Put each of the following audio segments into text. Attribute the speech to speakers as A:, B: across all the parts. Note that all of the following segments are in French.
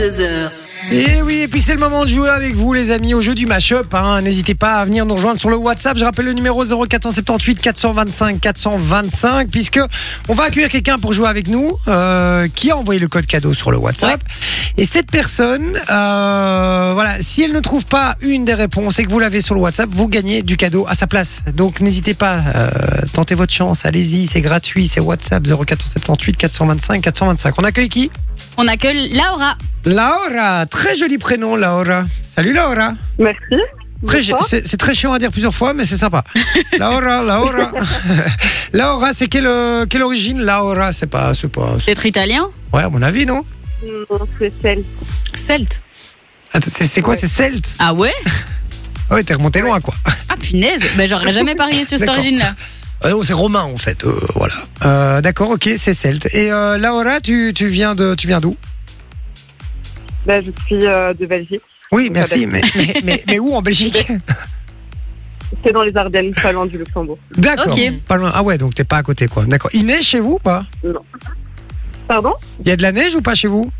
A: 22h.
B: Et oui, et puis c'est le moment de jouer avec vous, les amis, au jeu du mashup. hein. N'hésitez pas à venir nous rejoindre sur le WhatsApp. Je rappelle le numéro 0478 425 425, puisque on va accueillir quelqu'un pour jouer avec nous, euh, qui a envoyé le code cadeau sur le WhatsApp. Et cette personne, euh, voilà, si elle ne trouve pas une des réponses et que vous l'avez sur le WhatsApp, vous gagnez du cadeau à sa place. Donc n'hésitez pas, euh, tentez votre chance, allez-y, c'est gratuit, c'est WhatsApp 0478 425 425. On accueille qui
C: On accueille Laura.
B: Laura, très joli prénom, Laura. Salut Laura.
D: Merci.
B: Très
D: Bonsoir.
B: chi- c'est c'est très chiant à dire plusieurs fois, mais c'est sympa. Laura, Laura. Laura, c'est quelle, euh, quelle origine Laura, c'est pas, c'est pas. c'est-
C: Peut-être italien
B: Ouais, à mon avis, non
D: Non, c'est celle.
C: Celte.
B: Attends, C'est c'est quoi,
D: Ouais.
B: c'est celte
C: Ah ouais
B: Ah Ouais, t'es remonté loin, quoi.
C: Ah punaise Bah j'aurais jamais parié sur cette
B: D'accord.
C: origine-là.
B: Ah non, c'est romain, en fait, euh, voilà. Euh, D'accord, ok, c'est celte. Et euh, Laura, tu, tu viens de, tu viens d'où
D: Bah, je suis euh, de Belgique.
B: Oui,
D: Au
B: merci, mais, mais, mais- mais où en Belgique
D: C'est dans les Ardennes, pas loin du Luxembourg.
B: D'accord,
C: Ok.
B: pas loin. Ah ouais, donc t'es pas à côté, quoi. D'accord. Il neige chez vous ou pas
D: Pardon
B: Il y a de la neige ou pas chez vous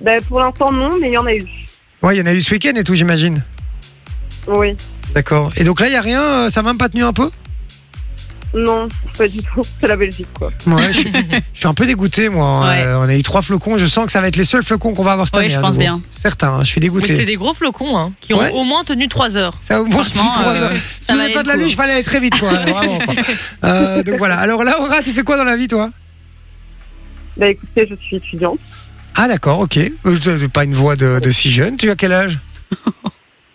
D: bah, Pour l'instant, non, mais il y en a eu.
B: Ouais, il y en a eu ce week-end et tout, j'imagine.
D: Oui.
B: D'accord. Et donc là, il n'y a rien, euh, ça m'a même pas tenu un peu
D: Non, pas du tout. C'est la Belgique, quoi.
B: Ouais, je suis, je suis un peu dégoûté, moi.
C: Ouais.
B: Euh, on a eu trois flocons, je sens que ça va être les seuls flocons qu'on va avoir cette
C: Ouais,
B: année.
C: je
B: à
C: pense
B: nouveau.
C: bien.
B: Certain, hein, je suis
E: Mais c'était
B: dégoûté.
E: des gros flocons hein, qui ont
B: Ouais.
E: au moins tenu 3 heures.
B: Ça au moins
E: Franchement,
B: trois
E: euh,
B: heures.
C: ça
B: Sous
C: valait
B: le pas
C: le
B: de la
C: coup,
B: luche, fallait aller très vite, quoi. Vraiment, quoi. Euh, donc voilà. Alors Laura, tu fais quoi dans la vie, toi
D: Bah, écoutez, je suis étudiante.
B: Ah d'accord, ok. Euh, Je n'ai pas une voix de, de si jeune. Tu as quel âge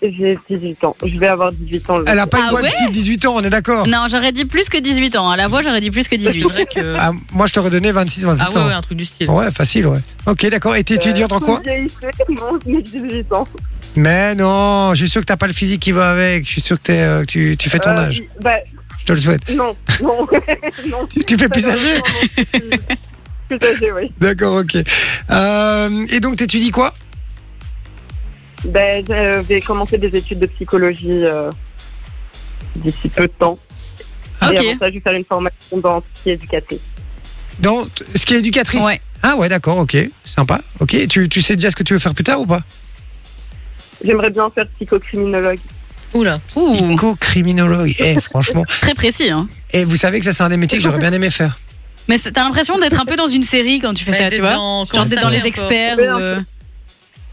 D: J'ai 18 ans. Je vais avoir 18 ans. le-
B: Elle a pas une
C: Ah
B: voix de
C: ouais
B: fille de 18 ans, on est d'accord
C: Non, j'aurais dit plus que 18 ans. À la voix, j'aurais dit plus que 18.
E: C'est vrai que-
C: Euh.
B: Ah, Moi, je t'aurais donné 26, 27
E: Ah ouais, ouais,
B: ans.
E: un truc du style.
B: Ouais, facile, ouais. Ok, d'accord. Et t'es étudiante en
D: Euh,
B: quoi
D: j'ai eu fait, Non, j'ai 18 ans.
B: Mais non, je suis sûr que t'as pas le physique qui va avec. Je suis sûr que, t'es, euh, que tu, tu fais ton
D: Euh,
B: âge.
D: Bah,
B: Je te le souhaite.
D: non, non. non.
B: Tu- tu fais plus âgé
D: Non, non, non, Plus plus âgé, oui.
B: D'accord, ok. Euh, et donc, t'étudies quoi
D: Ben, je vais commencer des études de psychologie euh, d'ici peu de temps.
B: Ah,
C: Ok.
D: Et avant ça, je vais faire une formation dans tout ce qui est éducatif.
B: Dans t- ce qui est éducatrice
C: Ouais.
B: Ah ouais, d'accord, ok. Sympa. Ok, tu, tu sais déjà ce que tu veux faire plus tard ou pas
D: J'aimerais bien faire psychocriminologue.
E: Oula.
C: Ouh.
B: Psychocriminologue. Eh, franchement.
C: Très précis. Hein.
B: Et vous savez que ça, c'est un des métiers que j'aurais bien aimé faire.
C: Mais c'est- t'as l'impression d'être un peu dans une série quand tu fais
E: Ouais,
C: ça,
E: t'es
C: tu vois
E: dans- comment
C: Genre t'es
E: ça
C: dans
E: s'appelle
C: les
E: encore
C: experts.
D: Ouais,
C: ou,
D: un
C: euh,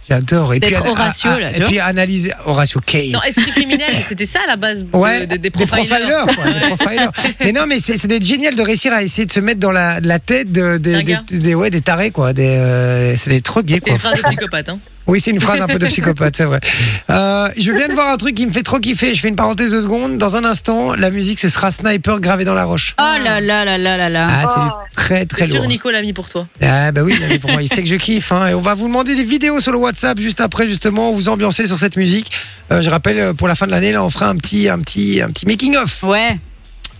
B: J'adore. Et
C: D'être
B: ana-
C: Horatio,
B: a- a-
C: là, tu
B: Et
C: vois
B: puis analyser. Horatio Kane.
E: Non, esprit criminel, c'était ça à la base de-
B: Ouais,
E: des, des profilers.
B: quoi, des profilers. Mais non, mais c'est c'est d'être génial de réussir à essayer de se mettre dans la, la tête de- des,
E: D'un
B: des,
E: gars.
B: des- ouais, des tarés, quoi. Des, euh, c'est des drogués,
E: C'est
B: quoi.
E: une phrase de psychopathe. Hein.
B: Oui, c'est une phrase un peu de psychopathe, c'est vrai. Euh, je viens de voir un truc qui me fait trop kiffer. Je fais une parenthèse de secondes. Dans un instant, la musique, ce sera Sniper gravé dans la roche.
C: Oh là là là là là là.
B: Ah, c'est
D: Oh.
B: du très très
E: C'est sûr,
B: lourd.
E: Nico l'a mis pour toi.
B: Ah bah oui, mais pour moi, il sait que je kiffe. hein. Et on va vous demander des vidéos sur le WhatsApp juste après, justement, vous ambiancer sur cette musique. Euh, je rappelle, euh, pour la fin de l'année, là, on fera un petit, un petit, un petit making of.
C: Ouais,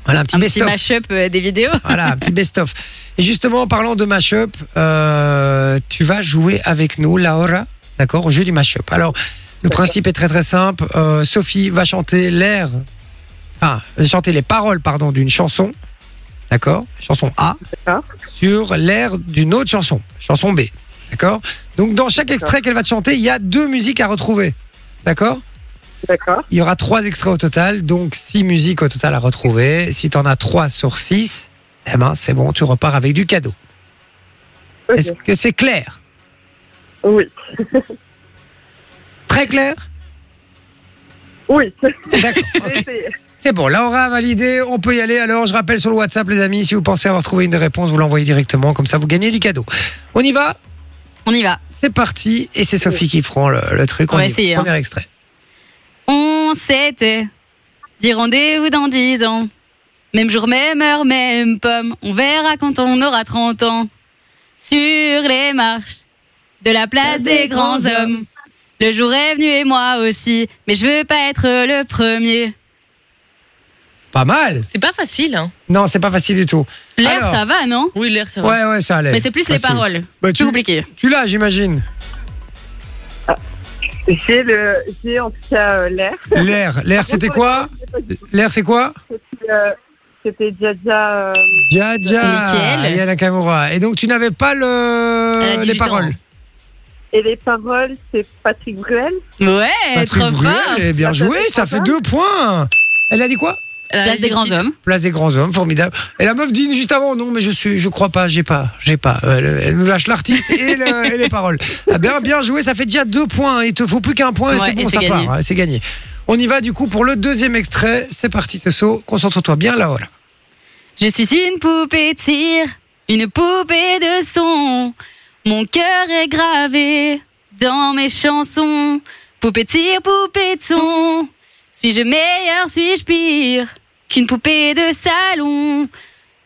B: Voilà, un Ah. petit
C: un petit
B: best-of.
C: mash-up euh, des vidéos.
B: Voilà, un petit best-of. Et justement, en parlant de mashup, euh, tu vas jouer avec nous, Laura, d'accord, au jeu du mashup. Alors, le principe est très très simple. Euh, Sophie va chanter l'air, enfin, euh, chanter les paroles, pardon, d'une chanson, d'accord, chanson A,
D: D'accord.
B: sur l'air d'une autre chanson, chanson B, d'accord. Donc, dans chaque extrait qu'elle va te chanter, il y a deux musiques à retrouver, d'accord.
D: D'accord.
B: Il y aura trois extraits au total, donc six musiques au total à retrouver. Si tu en as trois sur six, eh ben c'est bon, tu repars avec du cadeau.
D: Ok.
B: Est-ce que c'est clair
D: Oui.
B: Très clair
D: Oui.
B: D'accord. ok. C'est bon, Laura a validé, on peut y aller. Alors, je rappelle sur le WhatsApp, les amis, si vous pensez avoir trouvé une des réponses, vous l'envoyez directement, comme ça vous gagnez du cadeau. On y va
C: On y va.
B: C'est parti, et c'est Sophie qui prend le, le truc.
C: On va
B: y va.
C: essayer, hein.
B: Premier extrait.
C: On s'était dit rendez-vous dans 10 ans. Même jour, même heure, même pomme. On verra quand on aura 30 ans. Sur les marches de la place des grands hommes. Le jour est venu et moi aussi. Mais je veux pas être le premier.
B: Pas mal
E: C'est pas facile. Hein.
B: Non, c'est pas facile du tout.
C: L'air,
B: Alors.
C: ça va, non
E: Oui, l'air, c'est vrai.
B: Ouais, ouais, ça allait.
C: Mais c'est plus les
B: Facile.
C: paroles.
B: Bah,
C: Plus
B: tu
C: compliqué.
B: tu l'as, j'imagine.
D: J'ai le, j'ai en tout cas euh, l'air.
B: L'air, l'air c'était quoi L'air c'est quoi
D: Euh, C'était déjà déjà. euh,
B: Dia Dia
C: Nickel.
B: Yana Kamura. Et donc tu n'avais pas
E: Elle a
B: le...
E: 18
B: les paroles.
E: ans.
D: Et les paroles, c'est Patrick Bruel.
C: Ouais,
B: Bah,
C: trop
B: Bruel,
C: fort.
B: eh bien
D: Ça
B: joué,
D: fait
B: ça fait
D: trois
B: deux points. Elle a dit quoi
C: Place des grands hommes.
B: Place des grands hommes, formidable. Et la meuf dit juste avant, non, mais je suis, je crois pas, j'ai pas, j'ai pas. Elle, elle nous lâche l'artiste et, le- et les paroles. Ah bien, bien joué, ça fait déjà deux points. Il te faut plus qu'un point et
C: Ouais,
B: c'est
C: et
B: bon,
C: c'est
B: ça
C: gagné.
B: part, hein, c'est gagné. On y va du coup pour le deuxième extrait. C'est parti, Tesso. Concentre-toi bien là, voilà.
C: Je suis une poupée de cire, une poupée de son. Mon cœur est gravé dans mes chansons. Poupée de cire, poupée de son. Suis-je meilleur, suis-je pire qu'une poupée de salon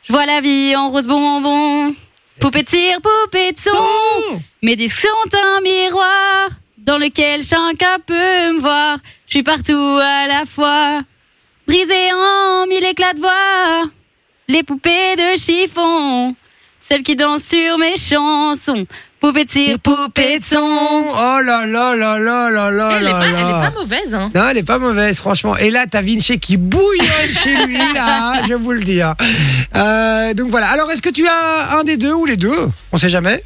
C: Je vois la vie en rose bonbon. Poupée de cire, poupée de
E: Oh
C: son. Mes disques sont un miroir dans lequel chacun peut me voir. Je suis partout à la fois, brisée en mille éclats de voix. Les poupées de chiffon, celles qui dansent sur mes chansons. Poupée de cire, poupée de son.
B: Oh là là là là là là
E: Elle est
B: Oh là
E: pas- elle est
B: là.
E: pas mauvaise, hein.
B: Non, elle est pas mauvaise, franchement. Et là, t'as Vinci qui bouillonne chez lui, là, hein, je vous le dis. hein. Euh, donc voilà. Alors, est-ce que tu as un des deux ou les deux On sait jamais.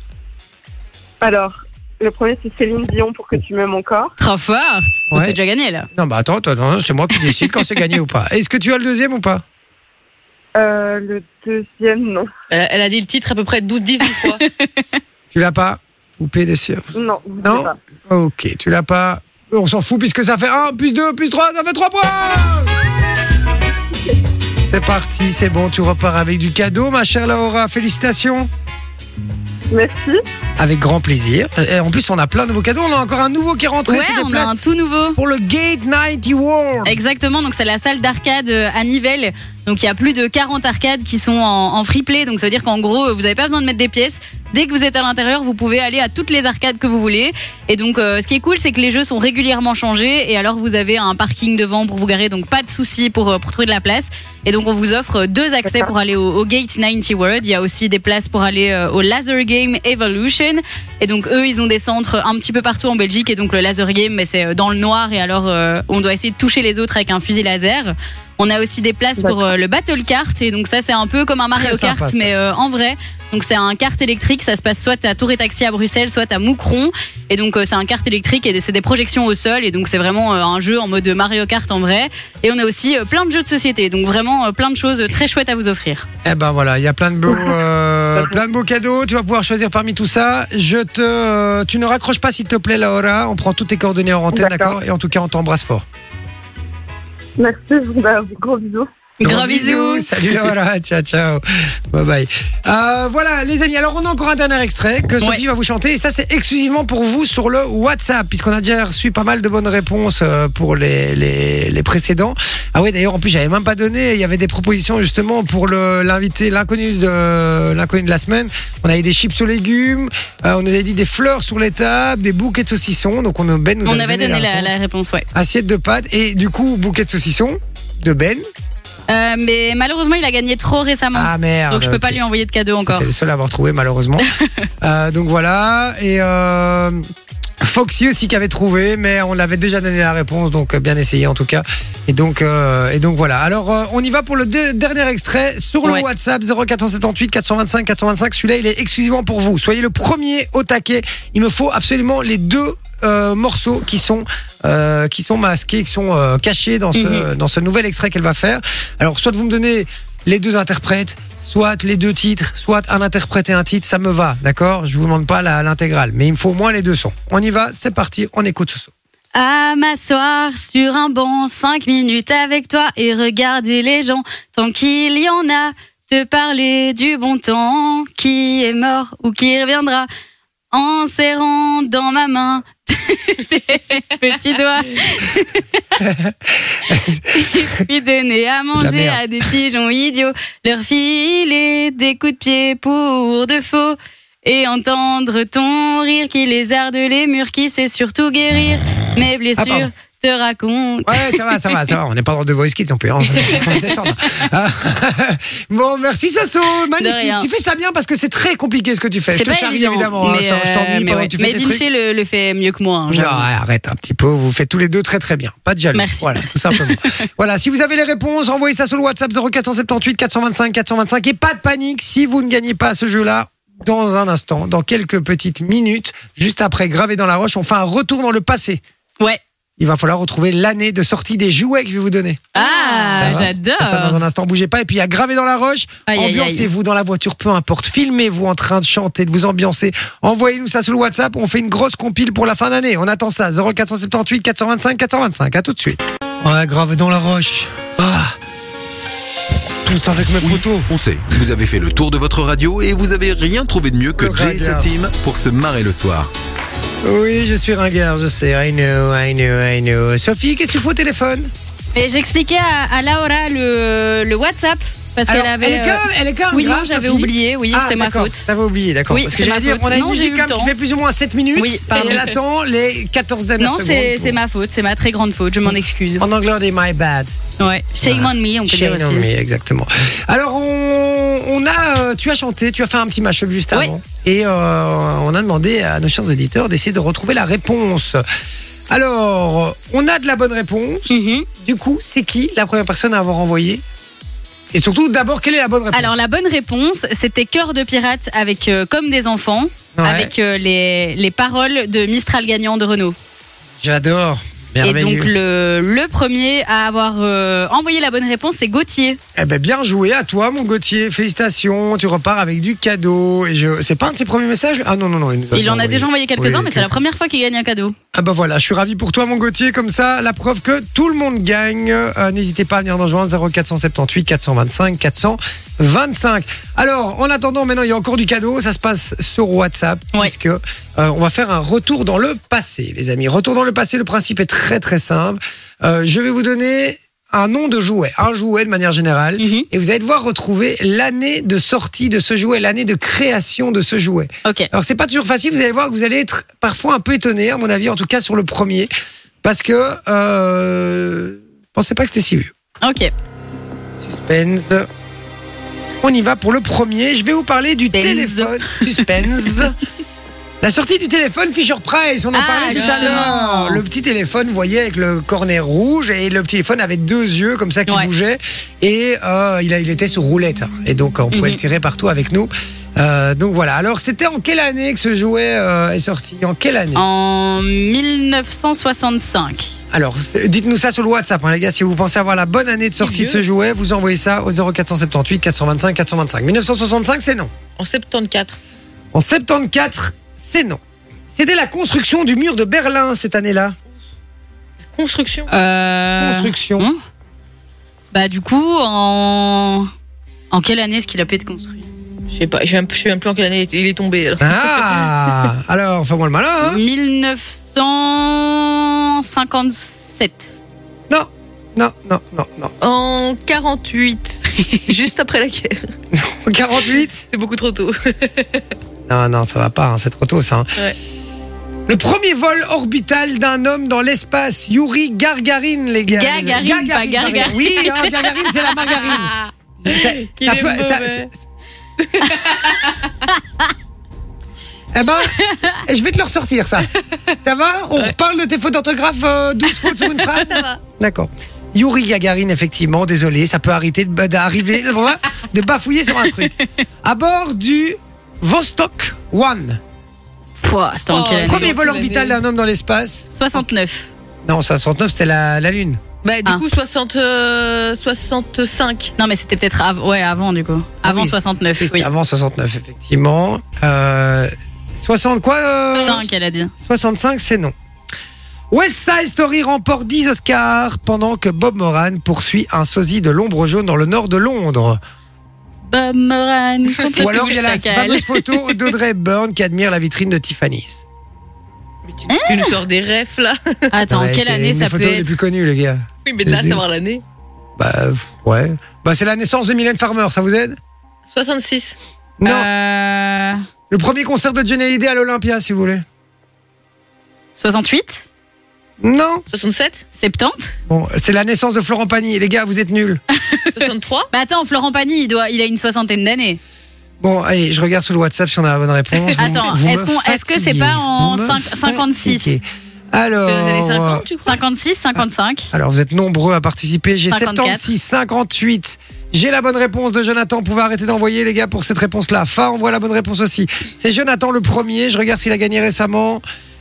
D: Alors, le premier, c'est Céline Dion pour que tu m'aimes encore.
C: Trop forte. On
B: Ouais.
C: s'est déjà gagné là.
B: Non, bah attends, attends, non, c'est moi qui décide quand c'est gagné ou pas. Est-ce que tu as le deuxième ou pas
D: Euh, le deuxième, non.
E: Elle a, elle a dit le titre à peu près 12-18 fois.
B: Tu l'as pas Poupée de cire.
D: Non, je sais
B: Non
D: pas.
B: Ok, tu l'as pas. On s'en fout puisque ça fait 1 plus 2 plus 3, ça fait 3 points C'est parti, c'est bon, tu repars avec du cadeau, ma chère Laura. Félicitations
D: Merci.
B: Avec grand plaisir. Et en plus, on a plein de nouveaux cadeaux. On a encore un nouveau qui est rentré.
C: Ouais,
B: c'est des
C: on a
B: places
C: un tout nouveau.
B: pour le Gate 90 World.
C: Exactement, donc c'est la salle d'arcade euh, à Nivelles. Donc il y a plus de 40 arcades qui sont en, en free play. Donc ça veut dire qu'en gros, euh, vous n'avez pas besoin de mettre des pièces. Dès que vous êtes à l'intérieur, vous pouvez aller à toutes les arcades que vous voulez. Et donc euh, ce qui est cool, c'est que les jeux sont régulièrement changés. Et alors vous avez un parking devant pour vous garer. Donc pas de souci pour, euh, pour trouver de la place. Et donc on vous offre euh, deux accès pour aller au, au Gate 90 World. Il y a aussi des places pour aller euh, au Laser Game Evolution. Et donc eux, ils ont des centres un petit peu partout en Belgique. Et donc le laser game, mais c'est euh, dans le noir. Et alors euh, on doit essayer de toucher les autres avec un fusil laser. On a aussi des places pour euh, le battle kart. Et donc ça, c'est un peu comme un Mario
B: Très sympa,
C: Kart,
B: ça.
C: mais euh, en vrai. Donc c'est un kart électrique. Ça se passe soit à Tour et Taxi à Bruxelles, soit à Moucron. Et donc euh, c'est un kart électrique et c'est des projections au sol. Et donc c'est vraiment euh, un jeu en mode Mario Kart en vrai. Et on a aussi euh, plein de jeux de société. Donc vraiment euh, plein de choses très chouettes à vous offrir.
B: Eh ben voilà, il y a plein de beaux, euh, plein de beaux cadeaux. Tu vas pouvoir choisir parmi tout ça. Je te, euh, tu ne raccroches pas s'il te plaît, Laura. On prend toutes tes coordonnées en antenne,
D: D'accord.
B: d'accord Et en tout cas, on t'embrasse fort.
D: Merci. Bah, gros bisous.
C: Gros bisous.
B: Salut Laura. ciao, ciao. Bye bye. Euh, voilà, les amis. Alors, on a encore un dernier extrait que Sophie va vous chanter. Et ça, c'est exclusivement pour vous sur le WhatsApp, puisqu'on a déjà reçu pas mal de bonnes réponses euh, pour les, les, les précédents. Ah ouais, d'ailleurs, en plus, j'avais même pas donné. Il y avait des propositions justement pour le- l'invité, l'inconnu de l'inconnu de la semaine. On avait des chips aux légumes. euh, on nous avait dit des fleurs sur les tables, des bouquets de saucissons. Donc, on, ben nous
C: On
B: avait
C: avait donné la,
B: réponse.
C: la réponse, ouais.
B: assiette de pâtes et du coup bouquet de saucissons de Ben.
C: Euh, mais malheureusement, il a gagné trop récemment.
B: Ah merde.
C: Donc je peux pas
B: ok.
C: lui envoyer de cadeau encore.
B: C'est le seul à avoir trouvé, malheureusement. Euh, donc voilà. Et euh, Foxy aussi qui avait trouvé, mais on l'avait déjà donné la réponse, donc euh, bien essayé en tout cas. Et donc, euh, et donc voilà. Alors, euh, on y va pour le de- dernier extrait sur le
C: Ouais.
B: WhatsApp 0478 425 425. Celui-là, il est exclusivement pour vous. Soyez le premier au taquet. Il me faut absolument les deux. euh, morceaux qui sont euh, qui sont masqués qui sont euh, cachés dans ce dans ce nouvel extrait qu'elle va faire alors soit vous me donnez les deux interprètes, soit les deux titres, soit un interprète et un titre, ça me va, d'accord Je vous demande pas la- l'intégrale, mais il me faut au moins les deux sons. On y va, c'est parti, on écoute ce son.
C: À m'asseoir sur un banc, cinq minutes avec toi et regarder les gens tant qu'il y en a. Te parler du bon temps qui est mort ou qui reviendra en serrant dans ma main tes petits doigts. Et puis donner à
B: De la
C: manger
B: merde.
C: à des pigeons idiots, leur filer des coups de pied pour de faux. Et entendre ton rire qui lézarde les murs, qui sait surtout guérir mes blessures,
B: Ah, pardon.
C: te raconte.
B: Ouais, ça va, ça va, ça va. On n'est pas dans de voice kids, on peut. hein. On va se détendre. Ah, bon, merci Sasso,
C: De
B: magnifique.
C: rien.
B: Tu fais ça bien parce que c'est très compliqué ce que tu fais. Je
C: C'est
B: te
C: pas
B: charrie
C: évident,
B: évidemment, hein.
C: mais,
B: je t'en- je t'ennuie
C: euh, mais
B: pendant
C: ouais.
B: que tu fais
C: Mais
B: tes trucs.
C: Vinci le, le fait mieux que moi. hein,
B: Non,
C: j'avoue.
B: arrête un petit peu. Vous faites tous les deux très très bien. Pas de jaloux.
C: Merci.
B: Voilà, tout simplement. voilà, si vous avez les réponses, envoyez ça sur le WhatsApp 0478 425 425 et pas de panique si vous ne gagnez pas ce jeu-là. dans un instant, dans quelques petites minutes, juste après Gravé dans la roche, on fait un retour dans le passé.
C: Ouais.
B: Il va falloir retrouver l'année de sortie des jouets que je vais vous donner.
C: Ah,
B: Ça va Ça dans
C: j'adore.
B: un instant, bougez pas. Et puis il y a Gravé dans la roche.
C: Aïe, aïe, aïe.
B: Ambiancez-vous dans la voiture, peu importe. Filmez-vous en train de chanter, de vous ambiancer. Envoyez-nous ça sur le WhatsApp. On fait une grosse compile pour la fin d'année. On attend ça. 0478 425 425. À tout de suite. Ouais, Gravé dans la roche. Ah. Tout avec mes poteaux.
A: On sait, vous avez fait le tour de votre radio et vous avez rien trouvé de mieux que
B: Le
A: Jay et sa
B: ringard.
A: team pour se marrer le soir.
B: Oui, je suis ringard, je sais. I know, I know, I know. Sophie, qu'est-ce que tu fais au téléphone
C: Mais j'expliquais à, à Laura le, le WhatsApp parce qu'elle
B: Alors,
C: avait.
B: est
C: euh,
B: quand même- elle est quand même
C: oui,
B: grave,
C: non, j'avais
B: Sophie.
C: oublié. Oui,
B: Ah,
C: c'est ma
B: d'accord.
C: faute.
B: T'avais oublié, d'accord.
C: Oui,
B: Parce que
C: c'est ma
B: j'allais dire,
C: faute.
B: on a une
C: Non, j'ai
B: musique
C: eu
B: quand
C: le
B: même qui
C: temps.
B: fait plus ou moins 7 minutes.
C: Oui, pardon.
B: Et elle attend les 14 dernières
C: Non, c'est
B: secondes.
C: c'est ma faute. C'est ma très grande faute. Je m'en excuse.
B: En anglais, on dit my bad.
C: Ouais. Shame
B: Voilà.
C: on me, on peut
B: Shame
C: dire
B: on
C: aussi.
B: me, exactement. Alors, on, on a, euh, tu as chanté, tu as fait un petit mashup juste
C: Oui.
B: avant. Et euh, on a demandé à nos chers auditeurs d'essayer de retrouver la réponse. Alors, on a de la bonne réponse.
C: Mhm.
B: Du coup, c'est qui la première personne à avoir envoyé Et surtout, d'abord, quelle est la bonne réponse
C: Alors la bonne réponse, c'était Cœur de pirate avec euh, Comme des enfants,
B: Ouais,
C: avec euh, les, les paroles de Mistral gagnant de Renault.
B: J'adore.
C: Et
B: Merveilleux.
C: donc le, le premier à avoir euh, envoyé la bonne réponse, c'est Gauthier.
B: Eh ben, bien joué à toi, mon Gauthier. Félicitations. Tu repars avec du cadeau. Et je... C'est pas un de ses premiers messages Ah non, non, non. nous a
C: Il en a
B: envoyé.
C: déjà envoyé quelques-uns,
B: Oui,
C: mais c'est la première fois qu'il gagne un cadeau.
B: Ah bah voilà, je suis ravi pour toi mon Gauthier, comme ça la preuve que tout le monde gagne. Euh, N'hésitez pas à venir nous rejoindre 0478 425 425. Alors en attendant maintenant il y a encore du cadeau, ça se passe sur WhatsApp
C: Ouais.
B: puisque euh, on va faire un retour dans le passé les amis. Retour dans le passé, le principe est très très simple. Euh, je vais vous donner un nom de jouet, un jouet de manière générale
C: Mhm.
B: et vous allez devoir retrouver l'année de sortie de ce jouet, l'année de création de ce jouet.
C: Ok.
B: Alors c'est pas toujours facile, vous allez voir que vous allez être parfois un peu étonné, à mon avis, en tout cas sur le premier, parce que euh, je pensais pas que c'était si vieux.
C: Ok.
B: Suspense. On y va pour le premier. Je vais vous parler du
C: Suspense.
B: téléphone. Suspense. La sortie du téléphone Fisher Price, on en
C: Ah,
B: parlait tout à
C: justement.
B: l'heure. Le petit téléphone, vous voyez, avec le cornet rouge et le petit téléphone avait deux yeux comme ça qui
C: Ouais.
B: bougeaient et euh, il, a- il était sur roulette. hein. Et donc on pouvait
C: Mhm.
B: le tirer partout avec nous. Euh, donc voilà. Alors c'était en quelle année que ce jouet euh, est sorti En quelle année
C: En 1965.
B: alors, c'est- dites-nous ça sur le WhatsApp, hein, les gars. Si vous pensez avoir la bonne année de sortie de ce jouet, vous envoyez ça au 0478 425 425. 1965, c'est non.
E: En 74.
B: En 74, c'est non. C'était la construction du mur de Berlin cette année-là.
E: Construction.
C: Euh,
B: Construction.
C: hum. Bah du coup, en en quelle année est-ce qu'il a pu être construit
E: Je sais pas, je sais même- je sais même plus en quelle année il est- il est tombé. alors.
B: Ah Alors, fais-moi le malin, hein
C: 1957.
B: Non,
C: Mmh.
B: non, non, non, non.
E: En 48. Juste après la guerre.
B: En 48
E: C'est beaucoup trop tôt.
B: Non, non, ça va pas, hein, c'est trop tôt ça. hein.
E: Ouais.
B: Le premier vol orbital d'un homme dans l'espace, Yuri Gargarine, les gars.
C: Gagarine, pas Gargarine.
B: pardon. Oui, hein, Gargarine, c'est la margarine.
C: Ah.
B: Ça-
E: Il
B: ça
E: est
B: peut- ça-
E: mauvais.
B: c'est- eh ben, je vais te le ressortir, ça. Ça va On reparle de tes fautes d'orthographe, euh, 12 fautes sur une phrase D'accord. Yuri Gagarine, effectivement, désolé, ça peut arrêter de, ba- d'arriver, de bafouiller sur un truc. À bord du Vostok One,
C: Pouah, C'était en
E: Oh,
C: quelle année
B: premier
E: donc,
B: vol
E: l'année.
B: orbital d'un homme dans l'espace.
C: 69.
B: Non, 69, c'est la, la Lune.
E: Bah, du
C: Ah.
E: coup, 60, euh, 65.
C: Non, mais c'était peut-être av- ouais, avant, du coup.
B: Ah
C: Avant
B: oui,
C: 69,
B: Oui, c'était
C: oui.
B: Avant 69, effectivement. Euh, 60 quoi euh,
C: 5, elle a dit.
B: 65, c'est non. West Side Story remporte 10 Oscars pendant que Bob Moran poursuit un sosie de l'ombre jaune dans le nord de Londres.
C: Bob Moran contre
B: Ou alors
C: tous
B: il y a la
C: les chacals.
B: fameuse photo d'Audrey Byrne qui admire la vitrine de Tiffany's.
E: Mais
C: Hein
E: tu, tu nous sors des refs là.
C: Attends,
B: Ouais,
C: quelle
B: c'est
C: année
B: une
C: ça
B: des
C: peut
B: photos les
C: être
B: plus connues, les gars.
E: Oui, mais de là, à savoir l'année.
B: Bah, pff, ouais. Bah, c'est la naissance de Mylène Farmer, ça vous aide
E: 66.
B: Non.
C: Euh,
B: Le premier concert de Johnny Hallyday à l'Olympia, si vous voulez.
C: 68
B: Non.
E: 67.
C: 70
B: Bon, c'est la naissance de Florent Pagny. Les gars, vous êtes nuls.
E: 63.
C: Bah attends, Florent Pagny, il, doit, il a une soixantaine d'années.
B: Bon, allez, je regarde sur le WhatsApp si on a la bonne réponse. Vous-
C: Attends,
B: vous
C: est-ce
B: me
C: qu'on- est-ce que c'est
B: fatiguez.
C: pas en
B: Vous me
C: cinq- 56?
B: fatiguez. Alors,
E: Des années 50,
B: euh,
E: tu crois
C: 56, 55.
B: alors vous êtes nombreux à participer. J'ai
C: 54.
B: 76, 58. J'ai la bonne réponse de Jonathan. Vous pouvez arrêter d'envoyer, les gars, pour cette réponse-là. Fa envoie la bonne réponse aussi. C'est Jonathan le premier. Je regarde s'il a gagné récemment.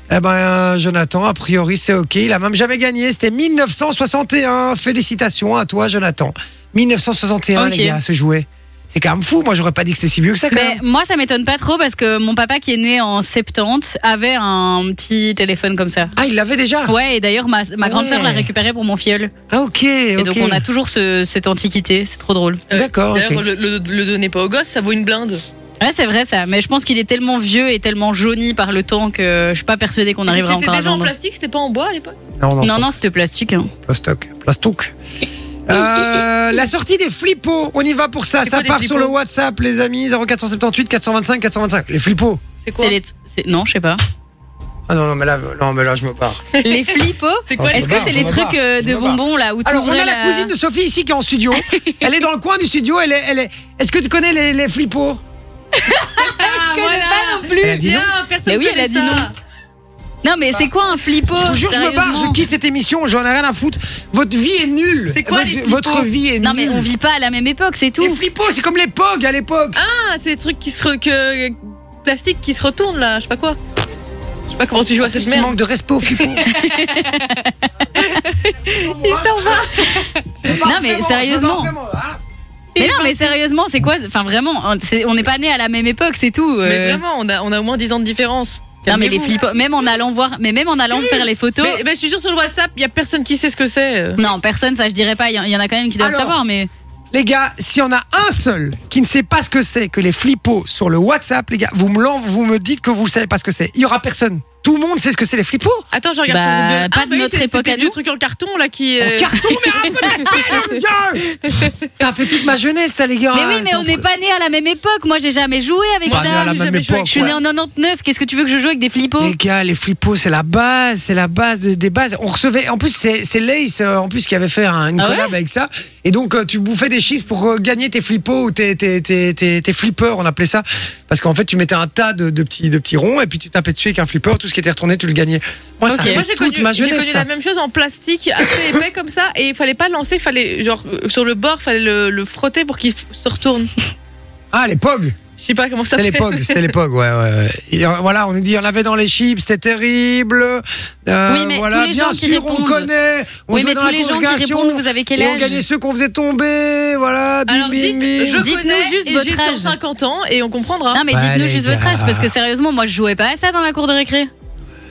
B: Eh ben, Jonathan, a priori, c'est OK. Il a même jamais gagné. C'était 1961. Félicitations à toi, Jonathan. 1961,
C: Ok.
B: les gars, se jouer. C'est quand même fou. Moi, j'aurais pas dit que c'était si vieux que ça, quand
C: Mais
B: même.
C: moi, ça m'étonne pas trop parce que mon papa qui est né en 70 avait un petit téléphone comme ça.
B: Ah, il l'avait déjà.
C: Ouais, et d'ailleurs, ma, ma grande
B: Ouais.
C: sœur l'a récupéré pour mon filleul.
B: Ah, OK.
C: Et donc, on a toujours ce- cette antiquité. C'est trop drôle.
E: Euh,
B: D'accord.
E: D'ailleurs,
B: Ah, ok.
E: le, le, le donnez pas au gosse, ça vaut une blinde.
C: Ouais, c'est vrai ça. Mais je pense qu'il est tellement vieux et tellement jauni par le temps que je suis pas persuadée qu'on arrivera
E: C'était
C: encore à
E: déjà en
C: vendre.
E: plastique, c'était pas en bois à l'époque
B: Non, non,
C: Non, non, c'était plastique. hein.
B: Plastoc. Plastoc. Euh, la sortie des flippos, on y va pour ça.
E: C'est
B: Ça
E: quoi, les
B: part sur le
E: flippos
B: WhatsApp, les amis. 0478 425 425. Les flippos.
E: C'est quoi
C: C'est les. c'est- Non, je sais pas.
B: Ah non, non, mais là, non, mais là je me barre.
C: Les flippos
E: C'est quoi
B: Je
C: Est-ce
B: me
C: que
B: barre,
C: c'est
B: je
C: les
B: me
C: trucs
B: barre,
C: euh,
B: je
C: de
B: me barre.
C: bonbons là où
B: Alors, on
C: t'ouvrais
B: a la cousine de Sophie ici qui est en studio. Elle est dans le coin du studio. Elle est. Elle est... Est-ce que tu connais les, les flippos
C: Oh,
E: Ah, voilà.
C: pas non plus.
B: Elle a dit
E: Bien, personne
C: Mais oui, elle
E: connaît
C: a dit
E: ça.
C: non. Non, mais c'est quoi un flippo
B: Je vous jure, je me barre. Je
C: sérieusement
B: quitte cette émission. J'en ai rien à foutre. Votre vie est nulle.
E: C'est quoi,
B: votre,
E: les flippos
B: votre vie est
C: Non, mais
B: nulle.
C: on vit pas à la même époque, c'est
B: Les
C: tout.
B: flippos, c'est comme les pogs à l'époque.
E: Ah, c'est des trucs qui se. Re... Que... plastique qui se retourne là, je sais pas quoi. Je sais pas comment tu joues à cette
B: Tu
E: merde.
B: manques de respect aux flippos.
E: Il s'en va.
C: Non, mais sérieusement. Mais non, mais sérieusement, c'est quoi Enfin, vraiment, on- c'est- on n'est pas né à la même époque, c'est tout. euh.
E: Mais vraiment, on a, on a au moins 10 ans de différence.
C: Non, mais les
E: Calmez-vous.
C: flippos, même en allant voir, mais même en allant faire les photos.
E: Mais, mais je suis sûre sur le WhatsApp, il y a personne qui sait ce que c'est.
C: Non, personne, ça je dirais pas. Il y en- il y en a quand même qui doivent
B: Alors.
C: savoir, mais.
B: Les gars, s'il y en a un seul qui ne sait pas ce que c'est que les flippos sur le WhatsApp, les gars, vous me l'en- vous me dites que vous savez pas ce que c'est. Il y aura personne. Tout le monde sait ce que c'est les flippos.
E: Attends, je regarde
C: Bah,
E: sur Google. Ah,
C: pas de
E: oui,
C: notre
E: c'est-
C: époque
E: c'était
C: à
E: vieux
C: nous.
E: truc en carton là qui. euh,
B: En carton, mais un peu d'aspect, mon Dieu Ça fait toute ma jeunesse, ça, les gars.
C: Mais oui, mais
B: ah, C'est
C: on n'est
B: incroyable.
C: pas né à la même époque. Moi, j'ai jamais joué avec
B: Pas né à
C: ça.
B: la
E: j'ai
B: même
E: jamais joué
B: époque.
C: Je suis
B: ouais.
C: né en 99. Qu'est-ce que tu veux que je joue avec des flippos
B: Les gars, les flippos, c'est la base, c'est la base de- des bases. On recevait, en plus, c'est c'est Lace, euh, en plus, qui avait fait un, une
C: Ah ouais
B: collab avec ça. Et donc, euh, tu bouffais des chiffres pour euh, gagner tes flippos ou tes, tes, tes, tes, tes flippers, on appelait ça. Parce qu'en fait, tu mettais un tas de, de petits, de petits ronds et puis tu tapais dessus avec un flipper, tout ce qui était retourné, tu le gagnais. Moi, ça
E: Ok.
B: fait
E: Moi j'ai
B: toute
E: connu,
B: ma
E: j'ai
B: jeunesse.
E: connu
B: ça.
E: la même chose en plastique assez épais comme ça et il fallait pas le lancer, fallait genre euh, sur le bord, fallait le, le frotter pour qu'il f- se retourne.
B: Ah, les POG
E: Je sais pas comment ça
B: C'était
E: s'appelle.
B: l'époque, c'était l'époque, ouais, ouais, ouais. Et, euh, voilà, on nous dit, on l'avait dans les chips, c'était terrible. Euh,
C: Oui, mais
B: voilà,
C: tous les
B: bien
C: gens qui
B: sûr, on
C: répondent.
B: connaît. On
C: Oui,
B: jouait
C: mais
B: dans
C: tous
B: la
C: les gens qui
B: congrégation.
C: répondent, vous avez quel
B: Et on
C: âge
B: gagnait ceux qu'on faisait tomber, voilà. Bim,
E: Alors
B: bim,
E: dites,
B: bim.
E: je
C: Dites-nous
E: connais
C: juste
E: et
C: votre
E: j'ai
C: âge.
E: 150 ans et on comprendra.
C: Non, mais
B: Bah,
C: dites-nous
B: les
C: juste votre
B: gars.
C: âge, parce que sérieusement, moi, je jouais pas à ça dans la cour de récré.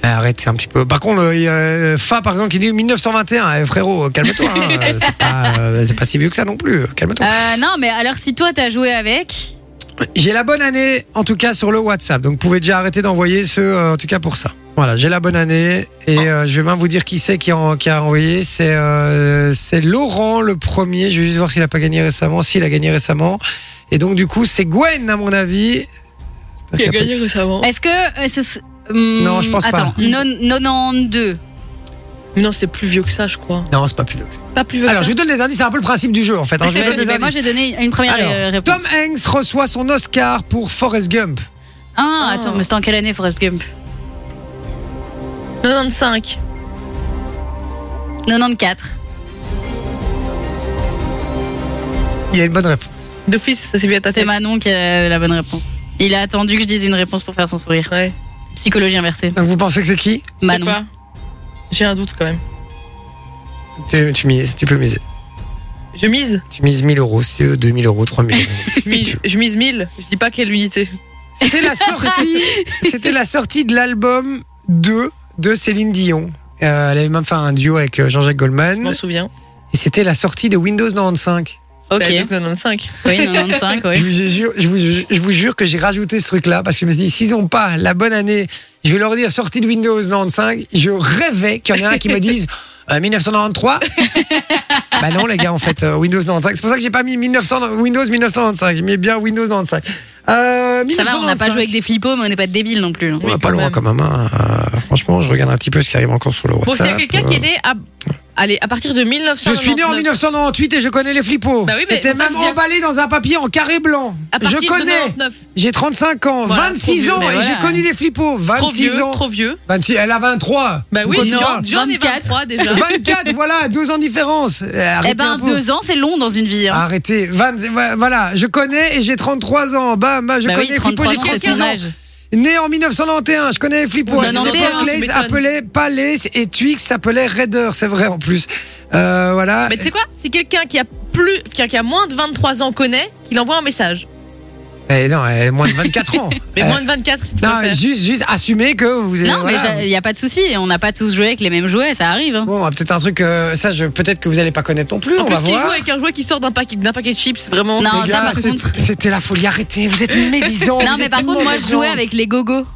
B: Eh, Arrête, c'est un petit peu. Par contre, le- il y a, euh, Fa, par exemple, qui dit 1921. Eh, frérot, euh, calme-toi. hein. Euh, c'est pas, euh, c'est pas si vieux que ça non plus. euh, Calme-toi.
C: Euh, non, mais alors, si toi, t'as joué avec.
E: Ah.
B: J'ai la bonne année, en tout cas, sur le WhatsApp. Donc, vous pouvez déjà arrêter d'envoyer ceux, euh, en tout cas, pour ça. Voilà, j'ai la bonne année. Et euh, je vais même vous dire qui c'est qui, en- qui a envoyé. C'est euh, c'est Laurent, le premier. Je vais juste voir s'il a pas gagné récemment. S'il a gagné récemment. Et donc, du coup, c'est Gwen, à mon avis. J'espère qu'il y a pas-
E: récemment
C: Est-ce que. euh, ce- hum,
B: Non, je pense pas.
C: Attends, non- 92.
E: Non, c'est plus vieux que ça, je crois.
B: Non, c'est pas plus vieux que ça.
E: Pas plus vieux
B: Alors,
E: que
B: je
E: ça.
B: vous donne les indices, c'est un peu le principe du jeu en fait. hein. Je vous donne
C: Vas-y,
B: les
C: bah, moi,
B: indices.
C: j'ai donné une première
B: Alors,
C: euh, réponse.
B: Tom Hanks reçoit son Oscar pour Forrest Gump.
C: Ah, attends, mais c'était en quelle année, Forrest Gump
E: 95.
C: 94.
B: Il y a une bonne réponse.
E: D'office, ça s'est vu à ta
C: C'est
E: tête.
C: Manon qui a la bonne réponse. Il a attendu que je dise une réponse pour faire son sourire.
E: Ouais.
C: Psychologie inversée.
B: Donc vous pensez que c'est qui
E: Je sais
C: Manon.
E: pas. J'ai un doute quand même.
B: tu, tu mises, tu peux miser.
E: Je mise.
B: Tu mises 1000 euros, si tu veux, 2000 euros, 3000 euros.
E: Je mise, je mise 1000. Je dis pas quelle unité.
B: C'était la sortie, c'était la sortie de l'album 2 de Céline Dion. Euh, elle avait même fait un duo avec euh, Jean-Jacques
E: Je
B: Goldman.
E: m'en souviens.
B: Et c'était la sortie de Windows 95.
C: Ok.
E: Bah, donc 95.
C: Oui, 95,
B: Je
C: oui.
B: vous jure, je vous jure, je vous jure que j'ai rajouté ce truc-là parce que je me suis dit, s'ils ont pas la bonne année, je vais leur dire sortie de Windows 95. Je rêvais qu'il y en ait un qui me dise euh, 1993. bah non, les gars, en fait, euh, Windows 95. C'est pour ça que j'ai pas mis 1900, Windows 1995. J'ai mis bien Windows 95. Euh,
C: Ça va, on n'a
B: 1995.
C: pas joué avec des flippos, mais on n'est pas débiles non plus. hein.
B: On va
E: Oui,
B: pas
E: quand
B: loin
E: même.
B: quand même. hein. Euh, franchement, je regarde un petit peu ce qui arrive encore sur le WhatsApp.
E: Bon, s'il y a quelqu'un qui est
B: Euh,
E: né à, allez, à partir de 1900.
B: Je suis né en 1998 et je connais les flippos.
E: Bah oui, mais
B: C'était
E: pour ça
B: même
E: que je dis-
B: emballé dans un papier en carré blanc.
E: À partir
B: Je
E: de
B: connais.
E: 99.
B: J'ai 35 ans,
E: Voilà,
B: 26
E: trop
B: ans
E: vieux, mais
B: et j'ai
C: voilà.
B: connu les
E: Trop
B: flippos. 26
E: vieux,
B: ans.
E: trop vieux.
B: 26, elle a 23.
E: Bah oui,
B: Pourquoi tu vois
E: John, John est
C: 24.
E: 23 déjà.
B: 24, voilà, 2 ans de différence. Eh, arrêtez
C: Eh ben,
B: un peu.
C: deux ans, c'est long dans une vie. hein.
B: Arrêtez. 20, ouais, voilà, je connais et j'ai 33 ans. Bam, bam, je
C: bah oui,
B: connais les flippos,
C: 33 ans,
B: j'ai
C: c'est
B: 36
C: son
B: ans.
C: âge.
B: Né en 1991, je connais les flippos.
C: Oui, bah
B: À cette
C: 91,
B: époque,
E: tu
B: Lays
E: m'étonnes.
B: appelait Palais et Twix s'appelait Raider, c'est vrai en plus. Euh, voilà.
E: Mais tu sais quoi Si quelqu'un qui a plus, qui a, qui a moins de 23 ans connaît, qu'il envoie un message.
B: Eh non, elle a moins de 24 ans.
E: Mais
B: Euh,
E: moins de 24, c'est
B: non, juste, juste assumer que vous avez.
C: Non, mais
B: voilà.
C: il n'y a pas de souci. On n'a pas tous joué avec les mêmes jouets, ça arrive. hein.
B: Bon, peut-être un truc, euh, ça, je- peut-être que vous allez pas connaître non plus.
E: En
B: on
E: plus,
B: va
E: qui
B: voir.
E: joue avec un jouet qui sort d'un paquet, d'un paquet de chips, vraiment.
C: Non,
B: Les
C: ça,
B: gars,
C: par
B: c'est-
C: contre-
B: C'était la folie, arrêtez, vous êtes médisants.
C: Non,
B: vous
C: mais
B: êtes
C: par contre, moi, je
B: mauvais
C: jouais
B: gens.
C: avec les gogos.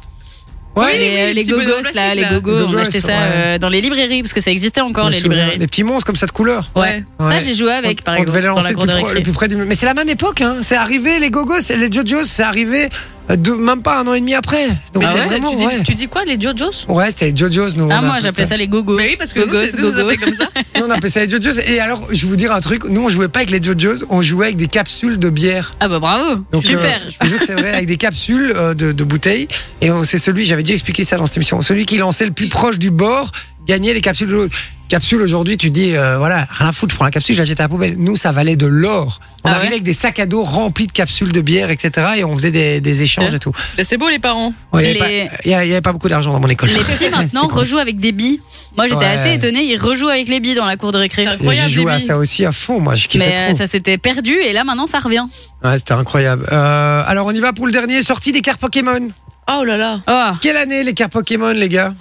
B: Ouais,
E: Oui,
C: les
E: oui,
C: euh,
E: les
C: les
E: petits bonhommes
C: gogos, là,
E: plastiques,
C: les
E: là.
C: gogos,
B: Les
C: on
B: gogos,
C: achetait ça
B: ouais.
C: euh, dans les librairies, parce que ça existait encore,
B: Je
C: les
B: me souviens,
C: librairies.
B: Les petits monstres comme ça de couleur.
C: Ouais.
B: Ouais.
C: Ça, j'ai joué avec, par
B: on devait les
C: exemple, dans
B: lancer
C: la
B: le
C: cour
B: plus,
C: de
B: pro- le
C: récré.
B: plus près du mur. Mais c'est la même époque, hein. C'est arrivé, les gogos, c'est- les jojos, c'est arrivé euh, deux- même pas un an et demi après. Donc
E: Mais
B: c'est
E: c'est-
B: vraiment,
E: tu, dis,
B: Ah ouais.
E: tu dis quoi, les JoJo's
B: Ouais, c'était les jojos, nous. on
C: Ah,
B: a
C: moi,
B: appelé
C: j'appelais ça les gogos.
E: Mais oui, parce que nous,
C: Gogos,
E: c'est- nous, ça
C: gogos.
E: s'appelle comme ça.
B: Nous, on appelait ça les jojos. Et alors, je vais vous dire un truc. Nous, on jouait pas avec les jojos, on jouait avec des capsules de bière.
C: Ah, bah bravo.
B: Donc,
C: Super.
B: euh, je vous jure que c'est vrai, avec des capsules euh, de, de bouteilles. Et on- c'est celui, j'avais déjà expliqué ça dans cette émission, celui qui lançait le plus proche du bord gagnait les capsules de l'autre. Capsule aujourd'hui, tu dis, euh, voilà, rien à foutre, je prends la capsule, je la jette à la poubelle. Nous, ça valait de l'or. On
C: Ah ouais
B: arrivait avec des sacs à dos remplis de capsules de bière, etc. Et on faisait des, des échanges
C: Ouais.
B: et tout.
E: Ben, c'est beau, les parents.
B: Ouais, Il n'y
C: Les-
B: avait, pas- il y avait- il y avait pas beaucoup d'argent dans mon école.
C: Les petits, maintenant,
B: C'était con.
C: rejouent avec des billes. Moi, j'étais
B: Ouais.
C: assez étonnée. Ils rejouent avec les billes dans la cour de récré.
E: Ah,
B: J'ai
E: Incroyable,
B: joué à
E: Demi.
B: ça aussi à fond, moi, je kiffais
C: Mais euh,
B: trop.
C: ça s'était perdu, et là, maintenant, ça revient.
B: Ouais, c'était incroyable. Euh, alors, on y va pour le dernier, sortie des cartes Pokémon.
E: Oh là là,
C: Oh.
B: Quelle année les cartes Pokémon, les gars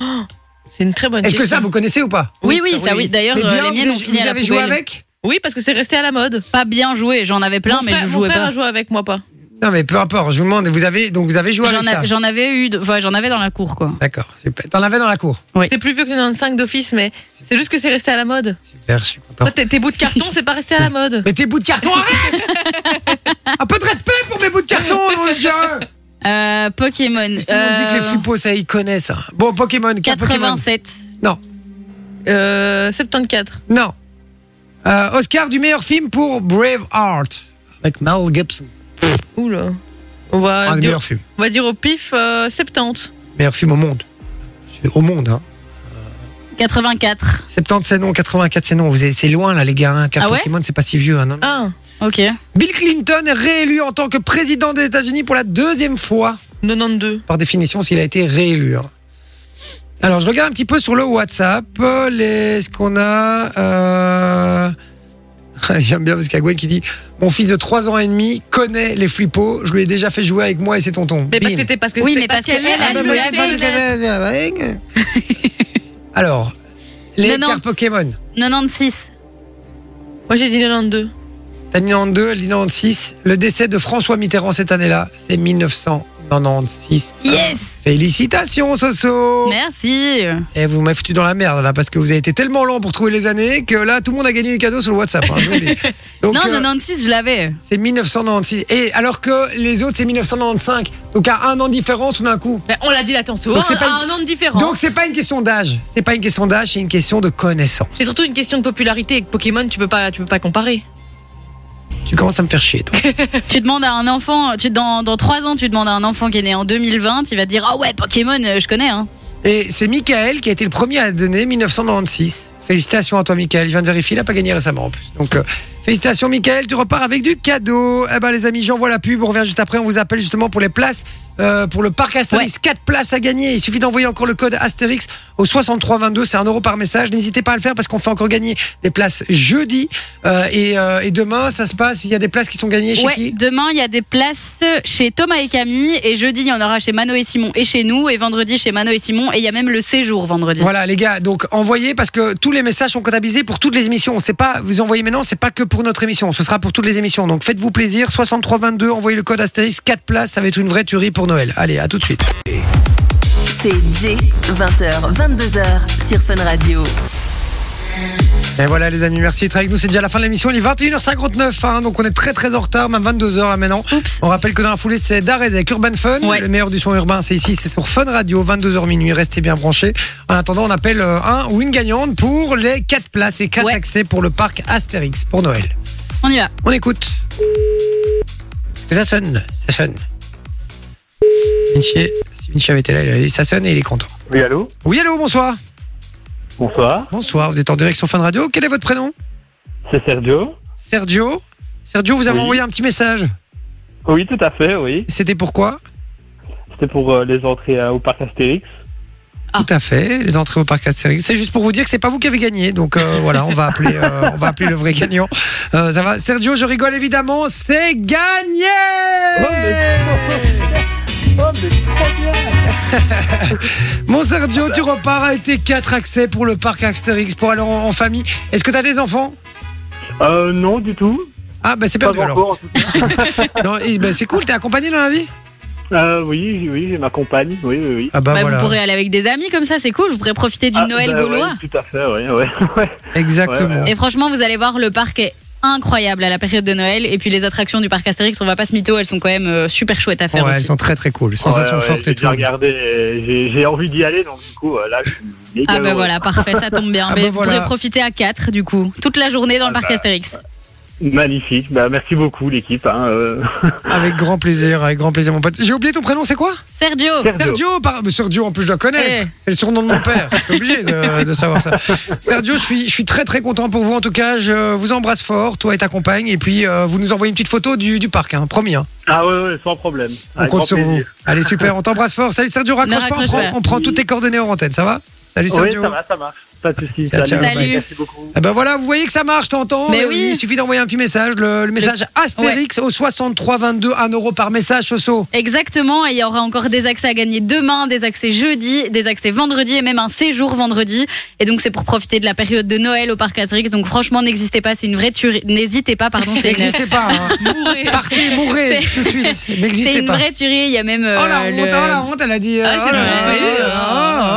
E: c'est une très bonne
B: Est-ce
E: question.
B: que ça, vous connaissez ou pas
C: Oui, oui, ça, oui. D'ailleurs,
B: Mais
C: euh,
B: bien,
C: les
B: vous
C: miennes
B: avez-
C: ont fini
B: vous
C: à la
B: avez joué
C: poubelle.
B: avec
E: Oui, parce que c'est resté à la mode.
C: Pas bien joué. J'en avais plein,
E: mon
C: mais
E: frère,
C: je
E: mon
C: jouais
E: frère
C: pas.
E: a joué avec moi pas.
B: Non, mais peu importe, je vous demande, vous avez, donc vous avez joué
C: J'en
B: avec ça
C: av- J'en avais eu, de- enfin, j'en avais dans la cour, quoi.
B: D'accord, super. T'en avais dans la cour
C: Oui.
E: C'est plus vieux que 95 d'office, mais c'est juste que c'est resté à la mode.
B: Super, je suis content.
E: Toi, tes tes bouts de carton, c'est pas resté à la mode.
B: Mais tes bouts de carton, arrête Un peu de respect pour mes bouts de carton, on est déjà un.
C: Euh, Pokémon.
B: Tout le monde dit que les
C: euh,
B: flippos, ça, ils connaissent. hein. Bon, Pokémon, cartes Pokémon.
C: 87.
E: Euh, 74.
B: Non. Euh, Oscar du meilleur film pour Braveheart. Avec Mel Gibson.
C: Euh,
E: Oula. On va,
B: Un des
E: dire,
B: meilleurs films.
E: on va dire au pif euh, 70.
B: Meilleur film au monde. Je suis Au monde, hein.
C: 84.
B: 70 c'est non, 84 c'est non. Vous avez- C'est loin là, les gars. Hein. Cartes
C: Ah ouais
B: Pokémon, c'est pas si vieux. Hein, non, non.
E: Ah,
C: Ok.
B: Bill Clinton est réélu en tant que président des États-Unis pour la deuxième fois,
E: 92.
B: par définition, s'il a été réélu. hein. Alors, je regarde un petit peu sur le WhatsApp. euh, les- Est-ce qu'on a. euh, J'aime bien parce qu'il y a Gwen qui dit Mon fils de 3 ans et demi connaît les flippos, je lui ai déjà fait jouer avec moi et ses tontons.
E: Mais parce
B: Bim.
E: que t'es parce que
C: Oui,
E: c'est
C: mais parce qu'elle,
E: est
C: elle,
E: la
C: elle
B: Ah,
E: jeune
B: bah,
C: le
B: bah,
C: fait,
B: bah,
E: fille.
B: bah, bah, bah, bah, bah. Alors, les
C: 90.
B: cartes Pokémon.
C: 96.
E: Moi j'ai dit 92.
B: T'as dit 92, elle dit 96. Le décès de François Mitterrand cette année-là, c'est 1996.
C: Yes.
B: Félicitations, Soso
C: Merci.
B: Et vous m'avez foutu dans la merde, là, parce que vous avez été tellement lent pour trouver les années que là, tout le monde a gagné des cadeaux sur le WhatsApp. hein, je vous le dis. Donc,
C: non,
B: euh,
C: 96, je l'avais.
B: c'est 1996. Et alors que les autres, c'est 1995. Donc, à un an de différence, tout d'un coup.
E: on l'a dit là tantôt.
B: Donc, c'est
E: un,
B: pas
E: un an de différence.
B: Donc, c'est pas une question d'âge. C'est pas une question d'âge, c'est une question de connaissance.
E: C'est surtout une question de popularité. Avec Pokémon, tu peux pas, tu peux pas comparer.
B: Tu commences à me faire chier, toi.
C: Tu demandes à un enfant, tu, dans, dans 3 ans, tu demandes à un enfant qui est né en 2020, il va te dire Ah ouais, Pokémon, euh, je connais. Hein.
B: Et c'est Michael qui a été le premier à donner 1996. Félicitations à toi, Michael. Je viens de vérifier, il n'a pas gagné récemment en plus. Donc, euh, félicitations, Michael. Tu repars avec du cadeau. Eh ben, les amis, j'envoie la pub. On revient juste après. On vous appelle justement pour les places euh, pour le parc Astérix. 4 places à gagner. Il suffit d'envoyer encore le code Astérix au 6322. C'est un euro par message. N'hésitez pas à le faire parce qu'on fait encore gagner des places jeudi. Euh, et, euh, et demain, ça se passe. Il y a des places qui sont gagnées chez
C: Ouais,
B: qui
C: demain, il y a des places chez Thomas et Camille, et jeudi, il y en aura chez Mano et Simon et chez nous, et vendredi, chez Mano et Simon, et il y a même le séjour vendredi.
B: Voilà les gars, donc envoyez parce que tous les messages sont comptabilisés pour toutes les émissions. C'est pas vous envoyez maintenant, c'est pas que pour notre émission, ce sera pour toutes les émissions. Donc faites-vous plaisir, 6322, envoyez le code Astérix 4 places, ça va être une vraie tuerie pour Noël. Allez, à tout de suite.
F: C'est J, 20h, 22h sur Fun Radio.
B: Et voilà les amis, merci d'être avec nous. C'est déjà la fin de l'émission. Il est 21h59, hein, donc on est très très en retard, même 22h là maintenant.
C: Oups.
B: On rappelle que dans la foulée, c'est Darez avec Urban Fun.
C: Ouais.
B: Le meilleur du son urbain, c'est ici, c'est sur Fun Radio, 22h minuit. Restez bien branchés. En attendant, on appelle euh, un ou une gagnante pour les 4 places et 4
C: Ouais.
B: accès pour le parc Astérix pour Noël.
C: On y va.
B: On écoute. Parce que ça sonne, ça sonne. Vinci, si Vinci avait été là, il aurait dit ça sonne et il est content.
F: Oui, allô
B: Oui, allô, bonsoir.
F: Bonsoir,
B: Bonsoir, vous êtes en direction Fun Radio. Quel est votre prénom
F: c'est Sergio.
B: Sergio Sergio, vous avez
F: Oui.
B: envoyé un petit message.
F: Oui, tout à fait, oui.
B: C'était pourquoi
F: C'était pour euh, les entrées euh, au parc Astérix. Ah.
B: Tout à fait, les entrées au parc Astérix. C'est juste pour vous dire que c'est pas vous qui avez gagné. Donc euh, voilà, on va appeler, euh, on va appeler le vrai gagnant. Euh, ça va. Sergio, je rigole évidemment, c'est gagné.
F: Oh, mais... oh, mais trop bien
B: Mon Sergio, tu repars avec tes quatre accès pour le parc Astérix pour aller en, en famille. Est-ce que t'as des enfants
F: Euh, non, du tout.
B: Ah ben c'est
F: Pas
B: perdu alors.
F: encore, en tout cas.
B: Non, et ben, c'est cool, t'es accompagné dans la vie
F: Euh, oui, j'ai- oui, j'ai ma compagne, oui, oui, oui.
B: Ah bah,
C: Bah,
B: voilà.
C: Vous pourrez aller avec des amis comme ça, c'est cool. Vous pourrez profiter du
F: Ah,
C: Noël
F: bah,
C: gaulois.
F: ouais, tout à fait, oui, ouais. ouais.
B: Exactement.
C: Et franchement, vous allez voir, le parc est incroyable à la période de Noël. Et puis les attractions du parc Astérix, on va pas se mytho, elles sont quand même euh, super chouettes à faire
B: Ouais, elles
C: aussi.
B: sont très très cool. Sensations
F: Ouais, ouais,
B: fortes
F: j'ai
B: et tout.
F: déjà regardé, euh, j'ai j'ai envie d'y aller, donc du coup, euh, là, je suis méga
C: Ah bah
F: heureux.
C: voilà, parfait, ça tombe bien.
B: Ah
C: Mais
B: bah
C: vous
B: voilà.
C: pourrez profiter à 4 du coup, toute la journée dans le
F: Ah
C: parc
F: bah.
C: Astérix.
F: Magnifique, bah, merci beaucoup l'équipe. Hein, euh.
B: Avec grand plaisir, avec grand plaisir mon pote. J'ai oublié ton prénom, c'est quoi
C: Sergio,
F: Sergio.
B: Sergio, par- mais Sergio, en plus je dois connaître.
C: Eh.
B: C'est le surnom de mon père. Je suis obligé de, de savoir ça. Sergio, je suis, je suis très très content pour vous. En tout cas, je vous embrasse fort, toi et ta compagne. Et puis, euh, vous nous envoyez une petite photo du, du parc, hein, promis. hein.
F: Ah ouais, ouais, sans problème.
B: On
F: Avec
B: compte
F: grand
B: sur vous.
F: plaisir.
B: Allez, super, on t'embrasse fort. Salut Sergio, raccroche, pas, on
C: raccroche
B: prend,
C: pas.
B: on prend toutes tes coordonnées en antenne, ça va Salut
F: Oui,
B: Sergio.
F: ça va, ça marche. Pas de soucis.
B: Ciao,
F: salut.
C: ciao. Salut.
F: Merci beaucoup.
B: Eh ben voilà, vous voyez que ça marche, t'entends
C: Mais
B: Eh
C: oui.
B: Il suffit d'envoyer un petit message, le, le message Astérix au 6322, 1 euro par message, Soso.
C: exactement. Et il y aura encore des accès à gagner demain, des accès jeudi, des accès vendredi et même un séjour vendredi. Et donc c'est pour profiter de la période de Noël au parc Astérix. Donc franchement, n'existez pas, c'est une vraie tuerie. N'hésitez pas, pardon, c'est une,
B: N'existez pas, hein.
E: Mourir.
B: partez, mourrez tout de suite.
C: c'est
B: N'existez
C: une
B: pas.
C: vraie tuerie. Il y a même. euh,
B: Oh la honte,
C: le-
B: oh la honte, elle a dit.
E: Ah,
B: oh
E: c'est
B: là
E: vrai,
B: là,
E: oui,
B: oh,
E: euh,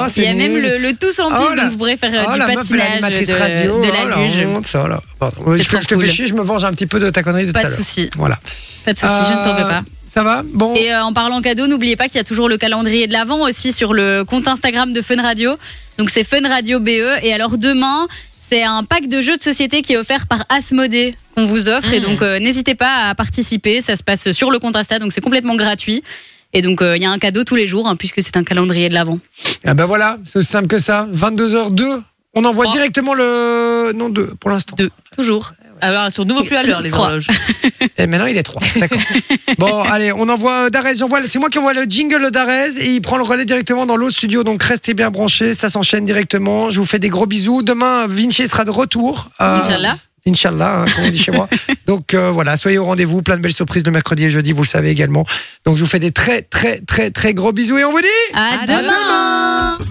B: oh,
C: Il y a
B: c'est
C: même
B: nul.
C: le, le tous en
B: Oh
C: plus,
B: là-
C: donc vous pourrez faire euh,
B: Oh,
C: du
B: la meuf,
C: patinage,
B: l'animatrice
C: de,
B: radio,
C: de
B: oh
C: la
B: la
C: luge.
B: honte, oh là. Pardon. Je,
C: C'est
B: te-
C: trop
B: je te
C: cool.
B: fais chier, je me venge un petit peu de ta connerie de
C: Pas
B: tout à
C: de
B: l'heure.
C: souci,
B: Voilà. Euh,
C: pas de souci, je ne t'en veux pas.
B: Ça va Bon.
C: Et euh, en parlant cadeau, n'oubliez pas qu'il y a toujours le calendrier de l'avant aussi sur le compte Instagram de Fun Radio. Donc c'est Fun Radio BE. Et alors demain, c'est un pack de jeux de société qui est offert par Asmodée qu'on vous offre.
B: Ah.
C: Et donc euh, n'hésitez pas à participer. Ça se passe sur le compte Insta, donc c'est complètement gratuit. Et donc euh, il y a un cadeau tous les jours hein, puisque c'est un calendrier de l'avant.
B: Ah ben voilà, c'est aussi simple que ça. 22h02, on envoie
E: Oh.
B: directement le. Non, 2 pour l'instant.
C: Deux, toujours.
E: Alors, elles sont de nouveau plus à l'heure, les
C: Trois.
E: horloges.
B: Et Eh, maintenant, il est 3. D'accord. bon, allez, on envoie euh, Darez. J'envoie- C'est moi qui envoie le jingle d'Arez et il prend le relais directement dans l'autre studio. Donc, restez bien branchés. Ça s'enchaîne directement. Je vous fais des gros bisous. Demain, Vinci sera de retour. Euh,
E: Inch'Allah.
B: Inch'Allah, hein, comme on dit chez moi. Donc euh, voilà, soyez au rendez-vous. Plein de belles surprises le mercredi et jeudi, vous le savez également. Donc je vous fais des très, très, très, très gros bisous et on vous dit.
C: À,
E: À
C: demain